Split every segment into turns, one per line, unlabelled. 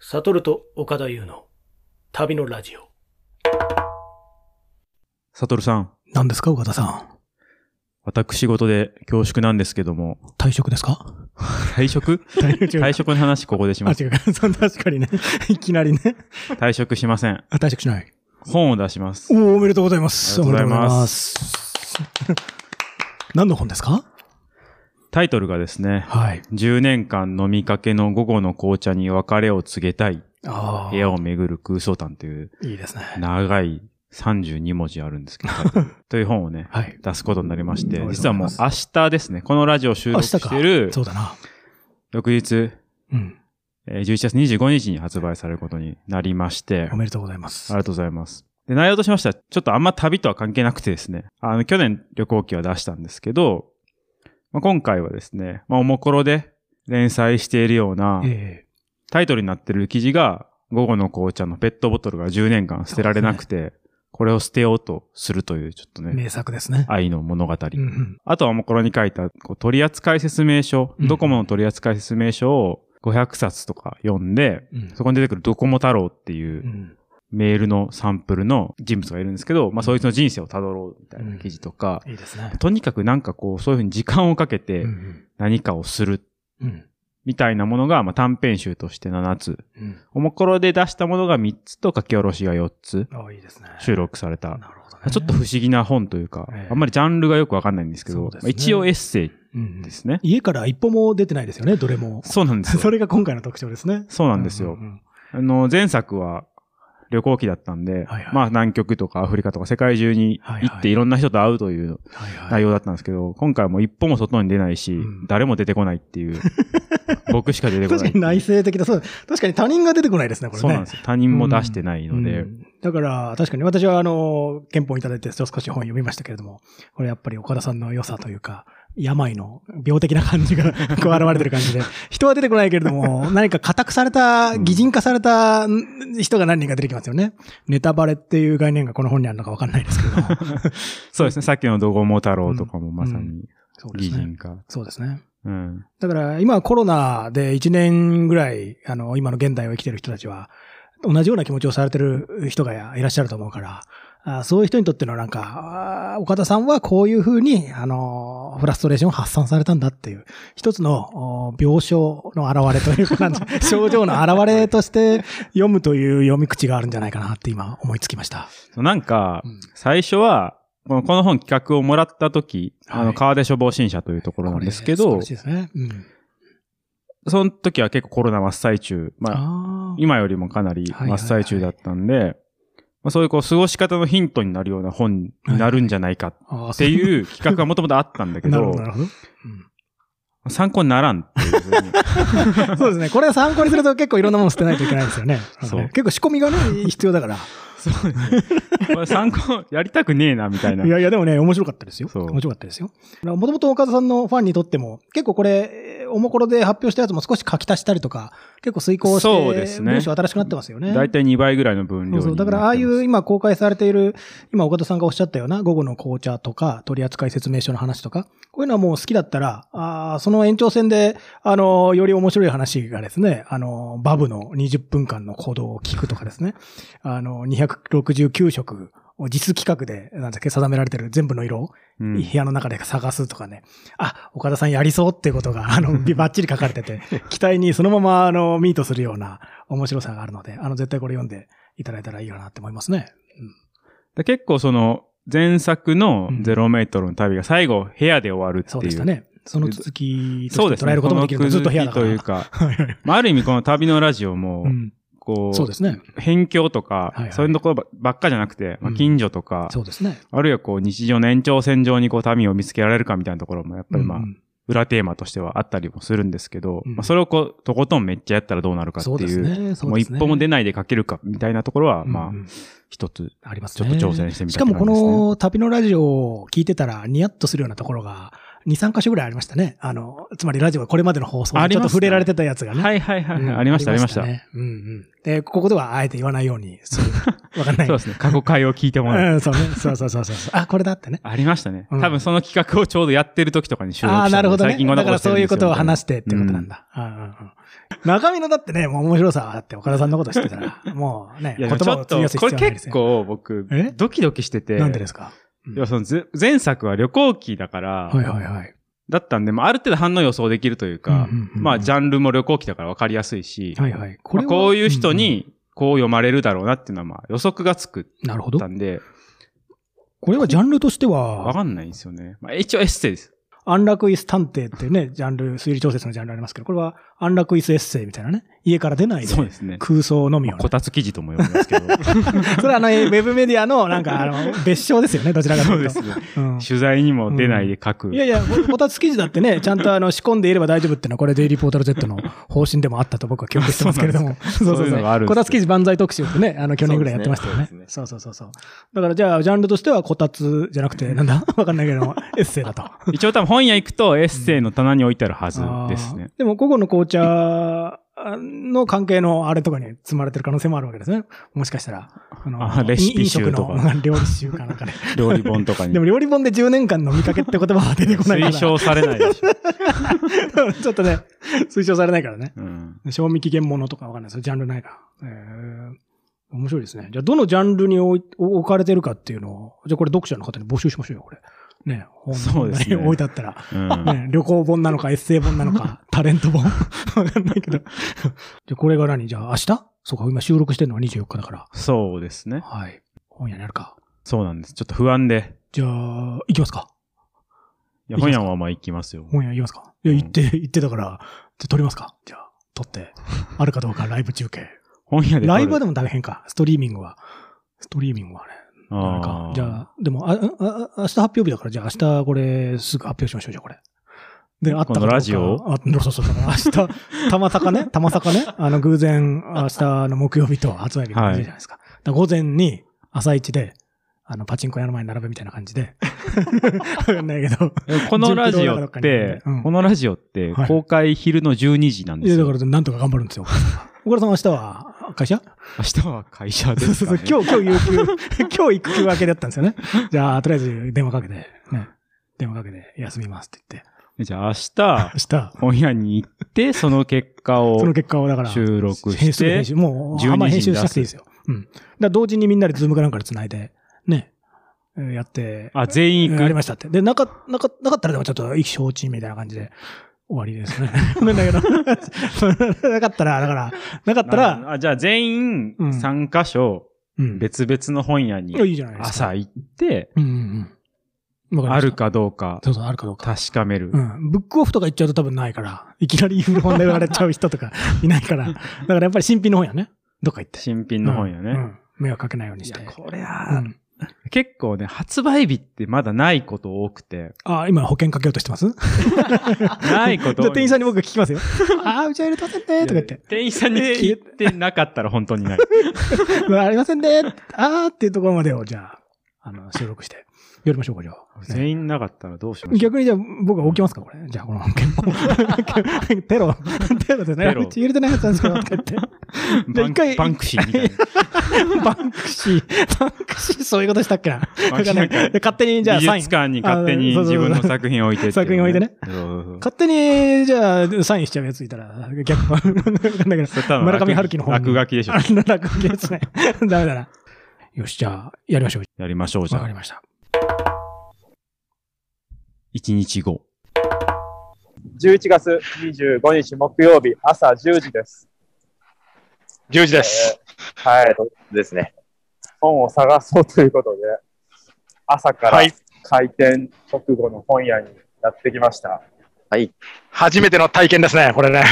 サトルと岡田優の旅のラジオ。
サトルさん、
何ですか岡田さん。
私事で恐縮なんですけども、
退職ですか
退 職
退職
退職の話ここでし
あ、
ます。
違う か。そう確かにね。いきなりね。
退職しません。
あ、退職しない。
本を出します
お。お、おめでとうございます。。
ありがとうございます
何の本ですか
タイトルがですね、
はい。
10年間飲みかけの午後の紅茶に別れを告げたい、
あ
部屋を巡る空想譚という
いいですね。
長い32文字あるんです けど、タイトルという本をね、
はい。
出すことになりまし
あ
て
り、がとうご
実
ざ
はいもう
ます
明日ですね、このラジオ収
明
録
日
し
か
てる。
そうだな。
翌日、
うん。
えー11月25日に発売されることになりまして、
おめでとうございます
あり。がとうございます。で、内容としましては、ちょっとあんま旅とは関係なくてですね、あの、去年旅行記は出したんですけど、まあ、今回はですね、まあ、おもころで連載しているような、
え
タイトルになってる記事が、午後の紅茶のペットボトルが10年間捨てられなくて、これを捨てようとするという、ちょっと
え
ね、
名作ですね。
愛の物語。
うんうん。
あとはおもころに書いた、こう取扱説明書、
うん
ドコモの取扱説明書を500冊とか読んで、
うん
そこに出てくるドコモ太郎っていう、
うん。
メールのサンプルの人物がいるんですけど、まあそいつの人生をたどろうみたいな記事とか、
いいですね。
とにかくなんかこう、そういうふうに時間をかけ
う
て
ん
何かをする
うん。うん
みたいなものが、まあ短編集として7つ、
うん。
おもころで出したものが3つと書き下ろしが4つ
ああ、いいですね。
収録された。
なるほどね。
ちょっと不思議な本というか
ええ、
あんまりジャンルがよくわかんないんですけど、
そうです
まあ
ね
一応エッセイ
うんうん
ですね。
家から一歩も出てないですよね、どれも。
そうなんです
そ
よ。
れが今回の特徴ですね。
そうなんですよ
う。ん
あの、前作は旅行記だったんで、
はいはい
まあ南極とかアフリカとか世界中に行
は
っ
いは
て
い
いろんな人と会うという
はいはい。
内容だったんですけど、今回はもう一歩も外に出ないし、
うん
誰も出てこないって いう、僕しか出てこない。
確かに内省的だ。そう。確かに他人が出てこないですね、これね。
そうなんですよ。他人も出してないので、
うんだから、確かに私は、あの、憲法いただいて少し本読みましたけれども、これやっぱり岡田さんの良さというか、病の病的な感じが こう現れてる感じで、人は出てこないけれども、何か固くされた、擬人化されたん人が何人か出てきますよね。ネタバレっていう概念がこの本にあるのかわかんないですけど。
そうですね。さっきのドゴモ太郎とかもまさに
そうで
擬
すね
人。化。
そうですね。
うん。
だから今コロナで1年ぐらい、あの、今の現代を生きてる人たちは、同じような気持ちをされてる人がいらっしゃると思うから、あそういう人にとってのなんか、あ岡田さんはこういうふうに、あの、フラストレーションを発散されたんだっていう、一つのお病床の現れという か、なんて症状の現れとして読むという読み口があるんじゃないかなって今思いつきました。
そうなんか
う、ん
最初は、このこの本企画をもらった時、あ
は
の、
い
川出処方新社というところなんですけど、
これ素晴らしいですね。うん。
その時は結構コロナ真っ最中、まあ、
あー
今よりもかなり真っ最中だったんで、まあ、そういうこう、過ごし方のヒントになるような本になるんじゃないか
あー。
っていう企画がもともとあったんだけ
なるほ
ど
ど、、なるほど。うん
参考にならんっていうふ うに。
そうですね。これを参考にすると結構いろんなもの捨てないといけないですよ ね。
そう
なんかね結構仕込み がね、必要だから。
そうですね。これ 参考、やりたくねえな、みたいな。
い やいや、でもね、面白かったですよ。
そう
面白かったですよ。もともと岡田さんのファンにとっても、結構これ、えーおもころで発表したやつも少し書き足したりとか、結構遂行して、
そうですね
文章新しくなってますよね。
だいたい2倍ぐらいの分量
そう
に
そう。だから、ああい
なっ
う
て
今公開されている、今岡田さんがおっしゃったような、午後の紅茶とか、取扱説明書の話とか、こういうのはもう好きだったら、あーその延長線で、あの、より面白い話がですね、あの、バブの20分間の行動を聞くとかですね、あの、269色を実企画で、なんだっけ、定められてる全部の色を
ます、
部屋の中で探すとかね、あ、岡田さんやりそうっていうことが、あの、ばっちり書かれてて、期待にそのまま、あの、ミートするような面白さがあるので、あの、絶対これ読んでいただいたらいいかなって思いますね。
で結構その、前作の
うん
ゼロメートルの旅が最後、部屋で終わるっていう。
そうでしたね。その続き
そう
と
で
し
す
て捉
ね。
えることもできる
こ
と、
の
ずっと部屋だ
く
か
ず
ら。
きというか、
はいはい
まあ、ある意味この旅のラジオも、
うん
こう、
そうですね。
辺境とか、
はいはい
そういうところばっかじゃなくて、まあ、
うん
近所とか、
そうですね。
あるいはこう、日常の延長線上にこう、民を見つけられるかみたいなところも、やっぱりまあ、
うんうん
裏テーマとしてはあったりもするんですけど、
うん
まあ、それをこう、とことんめっちゃやったらどうなるかってい、
そううですね。
もう一歩も出ないで書けるかみたいなところは、
うんうん
まあ、一つ、
あります
ちょっ
ね。
と挑戦してみ
したか
いな
もこ
ですね。
の旅のラジオを聞いてたらニヤッとするようなところが2、3箇所ぐらいありましたね。あの、つまりラジオはこれまでの放送
あり
でちょっ
ました
と触れられてたやつがね。
はいはいはい、
うん
ありました、ありました。
ねうんうん。で、ここではあえて言わないようにする。 わかんない。
そうですね。過去回を聞いてもらう。
うん、そうね。そうそうそうそうそう。あ、これだってね。
ありましたね、
うん
多分その企画をちょうどやってる時とかに収録した
ああー、
んで
なるほどね。
最近こんなこ
だか
と
ら
してる
そ
んです
うい
よ
うことを話
み
してっていうことなんだ。うんうんうん中身のだってね、もう面白さは、だって岡田さんのこと知って たら、もうね、
たいな。
言
いや、でもち
葉
ょ
を
っ
通用す
と、
る
こ
必
れ
要ないです
結
よ。
構僕
え、
ドキドキしてて。
なんでですか
いやそのぜ前作は旅行記だから、
はいはいはい。
だったんで、まあ、ある程度反応予想できるというか、
うんうんうん
まあ、ジャンルも旅行記だから分かりやすいし、
はいはい。こ
こ
れ
ま
は
あ、こういう人、にこう読まれるだろうなっていうのは、まあ、予測がつく
うんなるほ
っ
ど
た。んで、
これはジャンルとして
分
は、
かんないんですよね。まあ、一応エッセイです。
安楽椅子探偵っていうね、ジャンル、推理小説のジャンルありますけど、これは安楽椅子エッセイみたいなね、家から出ないで
そうですね。
空想のみを
まあ
ね、
こたつ記事とも呼びます けど。
それはあの、えウェブメディアの、なんか、あの、別称ですよね、どちらかと
そう
いう
で
と。
すね。
うん
取材にも出ないで書く。
いやいや、ここたつ記事だってね、ちゃんとあの仕込んでいれば大丈夫っていうのは、これ、デイリーポータル Z の方針でもあったと僕は記憶してますけれども、
うな
そ
んですかそういうのがあるんですね
こたつ記事万歳特集ってね、あの去年ぐらいやってましたよね。
そうですね
そうそうそうそう。だからじゃあ、ジャンルとしてはこたつじゃなくて、なんだ わかんないけども、エッセイだと。
一応多分本屋行くとエッセイの棚に置いてあるはずです
あー
ね。
でも、午後の紅茶の関係のあれとかに積まれてる可能性もあるわけですね。もしかしたら。あ
あレシピ集とか
飲食の 料理集かなん かね。
料理本とかに。
でも料理本で10年間飲みかけって言葉は出てこないか
推
ら。
奨されないでしょ。
ちょっとね、推奨されないからね。
うん、
賞味期限ものとかわかんないですよ。ジャンルないから。えー、面白いですね。じゃあ、どのジャンルに置い置かれてるかっていうのを、じゃあこれ読者の方に募集しましょうよ、これ。ね、本
そうですね
置いてあったら。
うん
ね、旅行本なのか、 エッセイ本なのか、タレント本 わかんないけ ど。じゃあ、これが何じゃあ、明日そうか、今収録してるのは24日だから。
そうですね。
はい。本屋にあるか。
そうなんです。ちょっと不安で。
じゃあ、行きますか。
いや、本屋はまあ行きますよ。
本屋行きますかいや、行って、行ってたから、じゃあ撮りますかじゃあ、撮って。あるかどうか、ライブ中継。
本屋で撮る。
ライ ブはでも大変か。ストリーミングは。ストリーミングはね。あ
あ
れか
ー
じゃあ、でも、あ、あ、あ明日発表日だから、じゃあ明日これすぐ発表しましょう、じゃあこれ。で、あったかどうか
このラジオ
あ、そうそうそう。だから明日、たまさ かね、たまさかね、あの、偶然、明日の木曜日と発売日が同じじゃないですか。だから午前に、朝一で、あの、パチンコ屋の前に並ぶみたいな感じで。わかんないけど。
でもこのラジオっ
順
て、
当なうん
このラジオって
はい
公開昼の12時なん
い
で
や、
す
だ
よ。
から、なんとか頑張るんですよ、岡田さんは。岡田さんは明日は会社
明日は会社で
そう
す
そう
か
そう
ね。。
今日、今日有給、今日育休明けだったんですよね。じゃあ、とりあえず電話かけて、ね。電話かけて、休みますって言って。
じゃあ明日、
明日、
本屋に行って、その結果を
その結果をだから、
収録
編
し
集編
て
集、、もう、
12
あんまり編
時
集
に
し
出
なく
す
ていいですよ。うん。だから同時にみんなでズームかなんかで繋いで、ね、えーやって、
あ、全員
え
行
ー
く
やりましたって。で、なか、なか、なかったらでもちょっと意気消沈みたいな感じで。終わりですね。 なんだけど。なかったら、だから、なかったら、
あじゃあ全員
うん
3箇所
うん。
別々の本屋に
いやいいじゃないですか。
朝行って、
うんうんうん。わかりま
あ
した
る。かどうか
そうそう、あるかどうか。
確かめる
う。ん。ブックオフとか行っちゃうと多分ないから、いきなり古本で売られちゃう人とかいないから、だからやっぱり新品の本やね。どっか行って。
新品の本屋
うんう
ね。
ん迷惑かけないように
い
し
や
て。、
これ
う
は、
ん、
結構ね、発売日ってまだないこと多くて、
あ、今保険かけようとしてますじ
ないこと多
ゃあ
い。
店員さんに僕聞 きますよ。あー、うちは入れてませんね、とか言って。
店員さんに聞いてなかったら本当に ない。
うんありませんね、あーっていうところまでを、じゃあ、あの、収録して。やりましょうか、じゃあ。ね
全員なかったらどうしましょう。
逆にじゃあ僕は置きますか、これ。じゃあ、この保険も。 テロ、テロですね。
テロ
うち入れてないやつなんですけど、とか 言って。じゃあ
バン
一回
バンクシーみたいな。
バンクシー、バンクシー、そういうことしたっけな。
バンクシー
なんかねで勝手に、じゃあ、
美
サイン。
術館に勝手に
あそうそう
自
そう
分の作品を置いてってう
作品置いてね。
そうそうそう
勝手に、じゃあ、サインしちゃうやついたら、逆版。わかんないけど
それ多分
村上春樹の本
落書きでしょ
あ。の落書きですね。 ダメだな。よし、じゃあ、やりましょう。
やりましょう、じゃ
わか
あ。
りました。
1日後。
11月25日木曜日朝10時です。
10時です。
はい。
ですね。
本を探そうということで、朝から
はい
開店直後の本屋にやってきました。
初めての体験ですね、これね。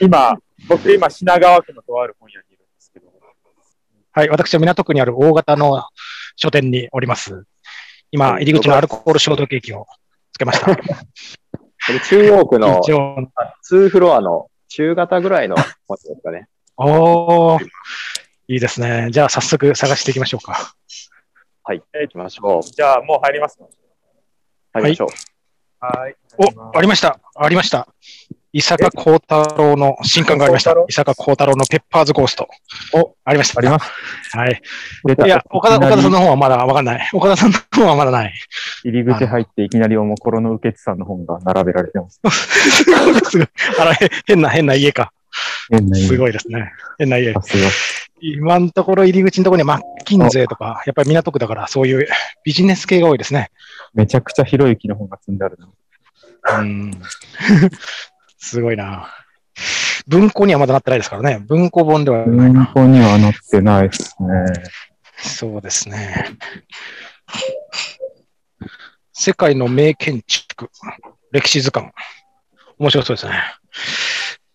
今、僕今品川区のとある本屋にいるんですけど、
はい、私は港区にある大型の書店におります。今、入り口のアルコール消毒液をつけました。
これ中央区の
一応、
2フロアの中型ぐらいのマスですかね。
おー、いいですね。じゃあ、早速探していきましょうか。
行きましょう。
じゃあもう入ります
入りましょう。
はい。
お、ありました。ありました。伊坂幸太郎の新刊がありました
幸太郎。
伊坂幸太郎のペッパーズゴースト。お、ありました。。
あります
はい。
出た
いや、岡田、
いきなり
岡田さんの方はまだわかんない。岡田さんの方はまだない。
入り口入っていきなりおもころの受付さんの本が並べられてます。
すごいですあら、へ変な、変な家か。
変な
す
い。
ごいですね。変な家
さ。すが。
今のところ入り口のところにはマッキンゼーとか、やっぱり港区だからそういうビジネス系が多いですね。
めちゃくちゃ広い雪の本が積んであるな。
うん。 すごいな。文庫にはまだなってないですからね。文庫本ではない
文
な。
庫にはなってないですね。
そうですね。世界の名建築、歴史図鑑。面白そうですね。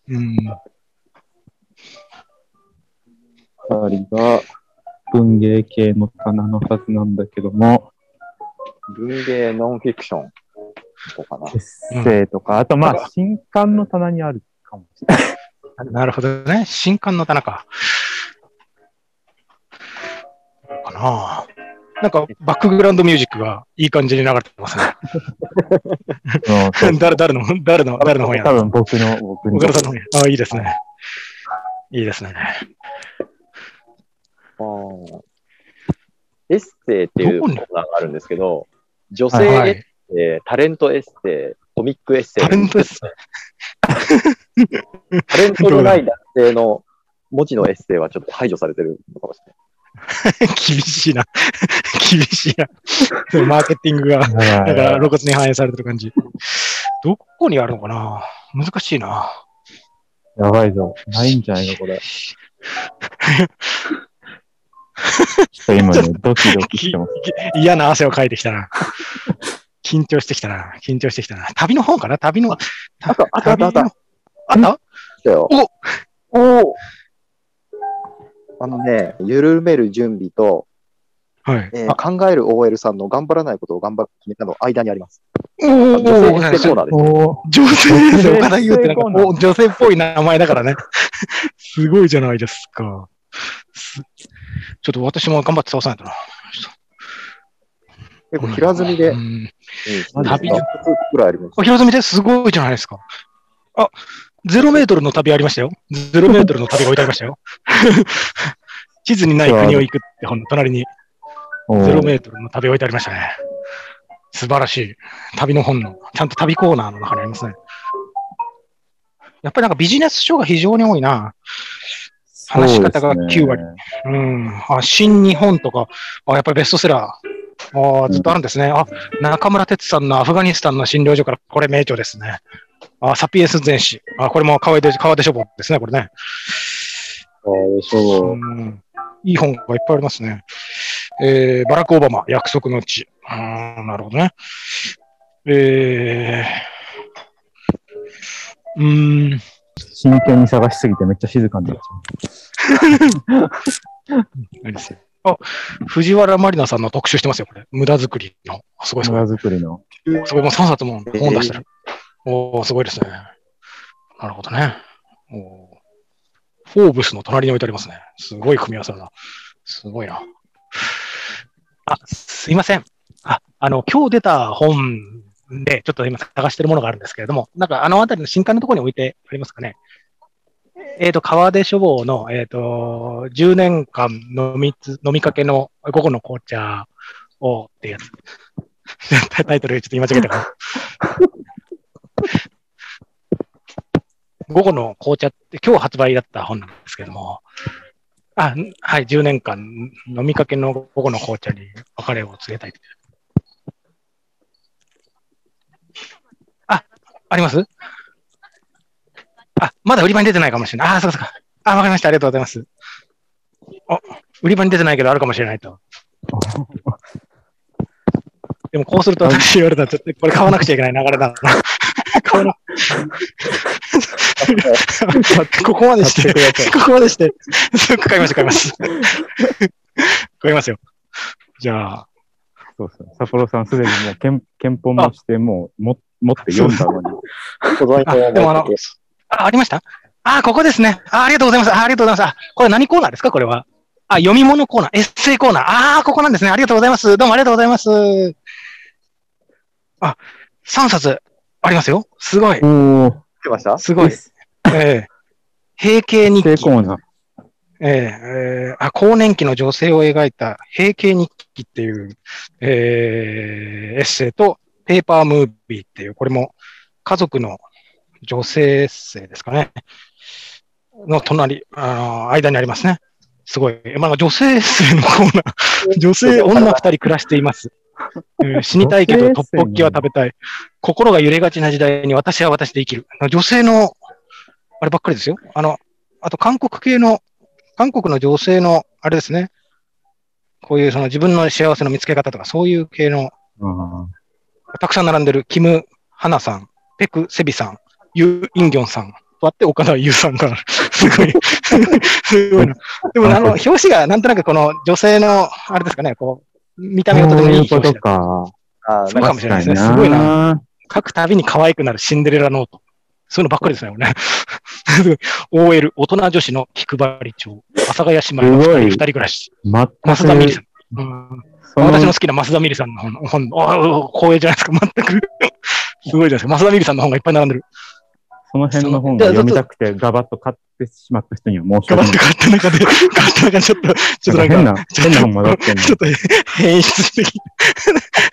うん。
二人が文芸系の棚のはずなんだけども、
文芸ノンフィクション。ここかな
エ。ッセイとか、あとまあ新刊の棚にあるかもしれない。
なるほどね。新刊の棚か。かなあなんか、バックグラウンドミュージックがいい感じに流れて ますね。
うん そう
誰、誰の、誰の、誰の本や
多分僕の、僕の
岡。田さんの本や。ああ、いいですね。いいですね。
あーエッセイっていうコーナーがあるんですけど、女性エ
は
ッ
い。
セイ、タレントエッセイ、コミックエッセイ、
タレントです。
タレントのない男性の文字のエッセイはちょっと排除されてるのかもしれない。
厳しいな。 厳しい な。それマーケティングが、だから露骨に反映されてる感じ。どこにあるのかな難しいな。
やばいぞ。ないんじゃないのこれ。ちょっと今ね、ドキドキしてます。
嫌な汗をかいてきたな。緊張してきたな。緊張してきたな。旅の方かな旅の、
あと、あと、あ
旅
と、
の
あと、あっ
あった
たよ。おおあのね、緩める準備と、
はい。
えー考える OL さんの頑張らないことを頑張る決めたの間にあります。
お
女性エッセイ
ー
コーナーです。
お
女性ですよ。
女性
岡田優ってなんか
女性コーナー
お女性っぽい名前だからね。すごいじゃないですか。すちょっと私も頑張って倒さないとな。
結構平積み
う
で、うん
ん
旅のくらいあります。
お広積みですごいじゃないですか。あ、ゼロメートルの旅ありましたよ。ゼロメートルの旅が置いてありましたよ。 地図にない国を行くって本の隣に
お
ゼロメートルの旅置いてありましたね。素晴らしい。旅の本の、ちゃんと旅コーナーの中にありますね。やっぱりなんかビジネス書が非常に多いな。話し方が9割。うん。あ、新日本とか、あ、やっぱりベストセラー。あーずっとあるんですね。あ、中村哲さんのアフガニスタンの診療所から、これ名著ですね。あ、サピエンス全史。あ、これも川出、川出書房ですね、これね。
そうでしょ
う
う。
んいい本がいっぱいありますね。えーバラク・オバマ、約束の地。うーんなるほどね。えー、うーん、
真剣に探しすぎてめっちゃ静かになっちゃ。
何ですよあ、藤原まりなさんの特集してますよ、これ。無駄作りの。すごいうすごい。
村作りの。
すごい、もう3冊も本出してる。おー、すごいですね。なるほどね。おーフォーブスの隣に置いてありますね。すごい組み合わせだな。すごいな。あ、すいません。あ、あの、今日出た本で、ちょっと今探してるものがあるんですけれども、なんかあのあたりの新刊のところに置いてありますかね。えっ、と、川出書房の、えっ、と、10年間飲みつ、飲みかけの午後の紅茶をってやつ。 タイトルちょっと言い間違えたかも。午後の紅茶って今日発売だった本なんですけども、あ、んはい、10年間飲みかけの午後の紅茶に別れを告げたい。あ、ありますあ、まだ売り場に出てないかもしれない。あ、そうかそうか。あ、わかりました。ありがとうございます。あ、売り場に出てないけどあるかもしれないと。でもこうすると私言われたら、ちょっとこれ買わなくちゃいけない流れだな。買わなここまでして、ここまでして、買います、買います。買いますよ。じゃあ、
そうそう。札幌さんすでにもう憲憲法もして、もうも持って読んだのに。
あ、でもあの、あ、ありましたあ、ここですね。あ、ありがとうございます。あありがとうございます。あ、これ何コーナーですかこれは。あ、読み物コーナー、エッセイコーナー。あー、ここなんですね。ありがとうございます。どうもありがとうございます。 3冊ありますよ。すごい。
おー、
てました
すごい。ええ平景日
成
記。
功な。
ええええあ、更年期の女性を描いた平景日記っていう、ええエッセイとペーパームービーっていう、これも家族の女性エッセイですかね。の隣、あの、間にありますね。すごい。まあ、女性エッセイのコーナー。女性、女二人暮らしています。うん死にたいけど、トッポッキは食べたい。心が揺れがちな時代に私は私で生きる。女性の、あればっかりですよ。あの、あと韓国系の、韓国の女性の、あれですね。こういうその自分の幸せの見つけ方とか、そういう系の、
あ
たくさん並んでる、キム・ハナさん、ペク・セビさん、ユ・インギョンさん、とあって岡田優さんが、 すごい、すごいな。でも、あの、表紙がなんとなくこの女性の、あれですかね、こう、見た
あ。
目がとて
そう
もいい
いう
表
こ
紙だ
とか。
あー
そうかもしれないですね。す
確か
ごい
に
な。。書くたびに可愛くなるシンデレラノート。そういうのばっかりですね、 俺ね。OL、大人女子の気配り帳。阿佐ヶ谷姉妹の二
すご
人
い
二人暮らし。
全
増田美
く
里さ、ん。うん
そ
私の
の
好、きな増田美里さんの本、本ああ光栄じゃないですか、全く。 すごいじゃないですか。増田美里さんの本がいっぱい並んでる。
その辺の本
じ
が
ゃあ
読みたくて、ガバッと買ってしまった人には申し
頑張
訳
っ
な
て
い。
買った中で、買った中でちょっと、ちょっとなんか、
なんか変な、変な本混ざってんの
ちょ。っと変質的。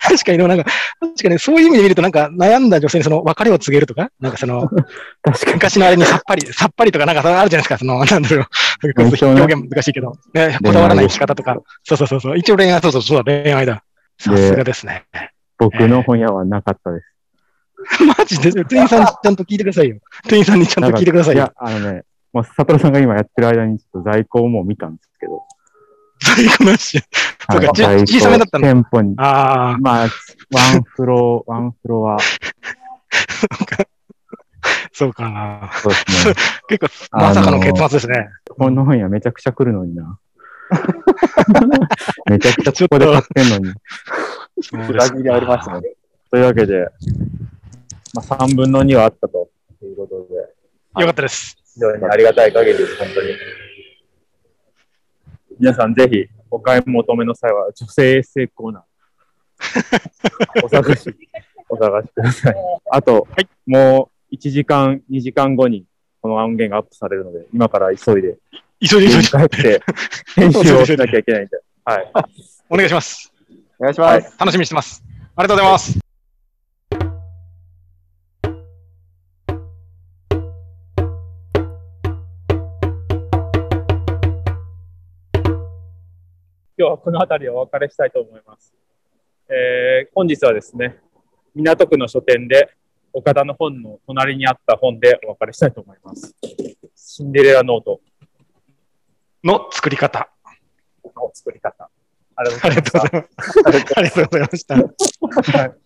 確かに、でもなんか、確かにそういう意味で見ると、なんか悩んだ女性にその別れを告げるとか、なんかその、
確かに。
昔のあれにさっぱり、さっぱりとかなんかそのあるじゃないですか、その、なんだろ
な
う。
るほどね
表現難しいけど、ね、こだわらない生き方とか。そうそうそうそう。一応恋愛、そうそうそうだ、恋愛だ。さすがですね。
僕の本屋はなかったです。
マジで、店員さんにちゃんと聞いてくださいよ。店員さんにちゃんと聞いてください
い
よ
や。、あのね、もう、サトルさんが今やってる間に、ちょっと在庫をもう見たんですけど。
最高なし。そうか
はい
じ
在庫
小さめだったの
店舗に。
ああ、
まあ、ワンフロー、ワンフロア、
そうかな。
そうですね。
結構、まさかの結末ですね。
この本屋めちゃくちゃ来るのにな。めちゃくちゃここで買ってんのに。
そうで
裏
す
切りあり ましたね。というわけで、まあ、3分の2はあったということで、
よかったです。
非常にありがたい限りです、本当に。
皆さんぜひ、お買い求めの際は、女性エッセイコーナー、お探し、お探しください。あと、もう1時間、2時間後に、この音源がアップされるので、今から急いで、
急いで
家
急い
に
で
帰って、編集をしなきゃいけないんで。はい。
お願いします。
お願いします。
楽しみにしてます。ありがとうございます。
今日はこの辺りでお別れしたいと思います。えー本日はですね、港区の書店で岡田の本の隣にあった本でお別れしたいと思います。シンデレラノート
の作り方。
の作り方。ありがとうご
あ
ざ
り
いま
が
し
と
た
うございます。ありがとうございました。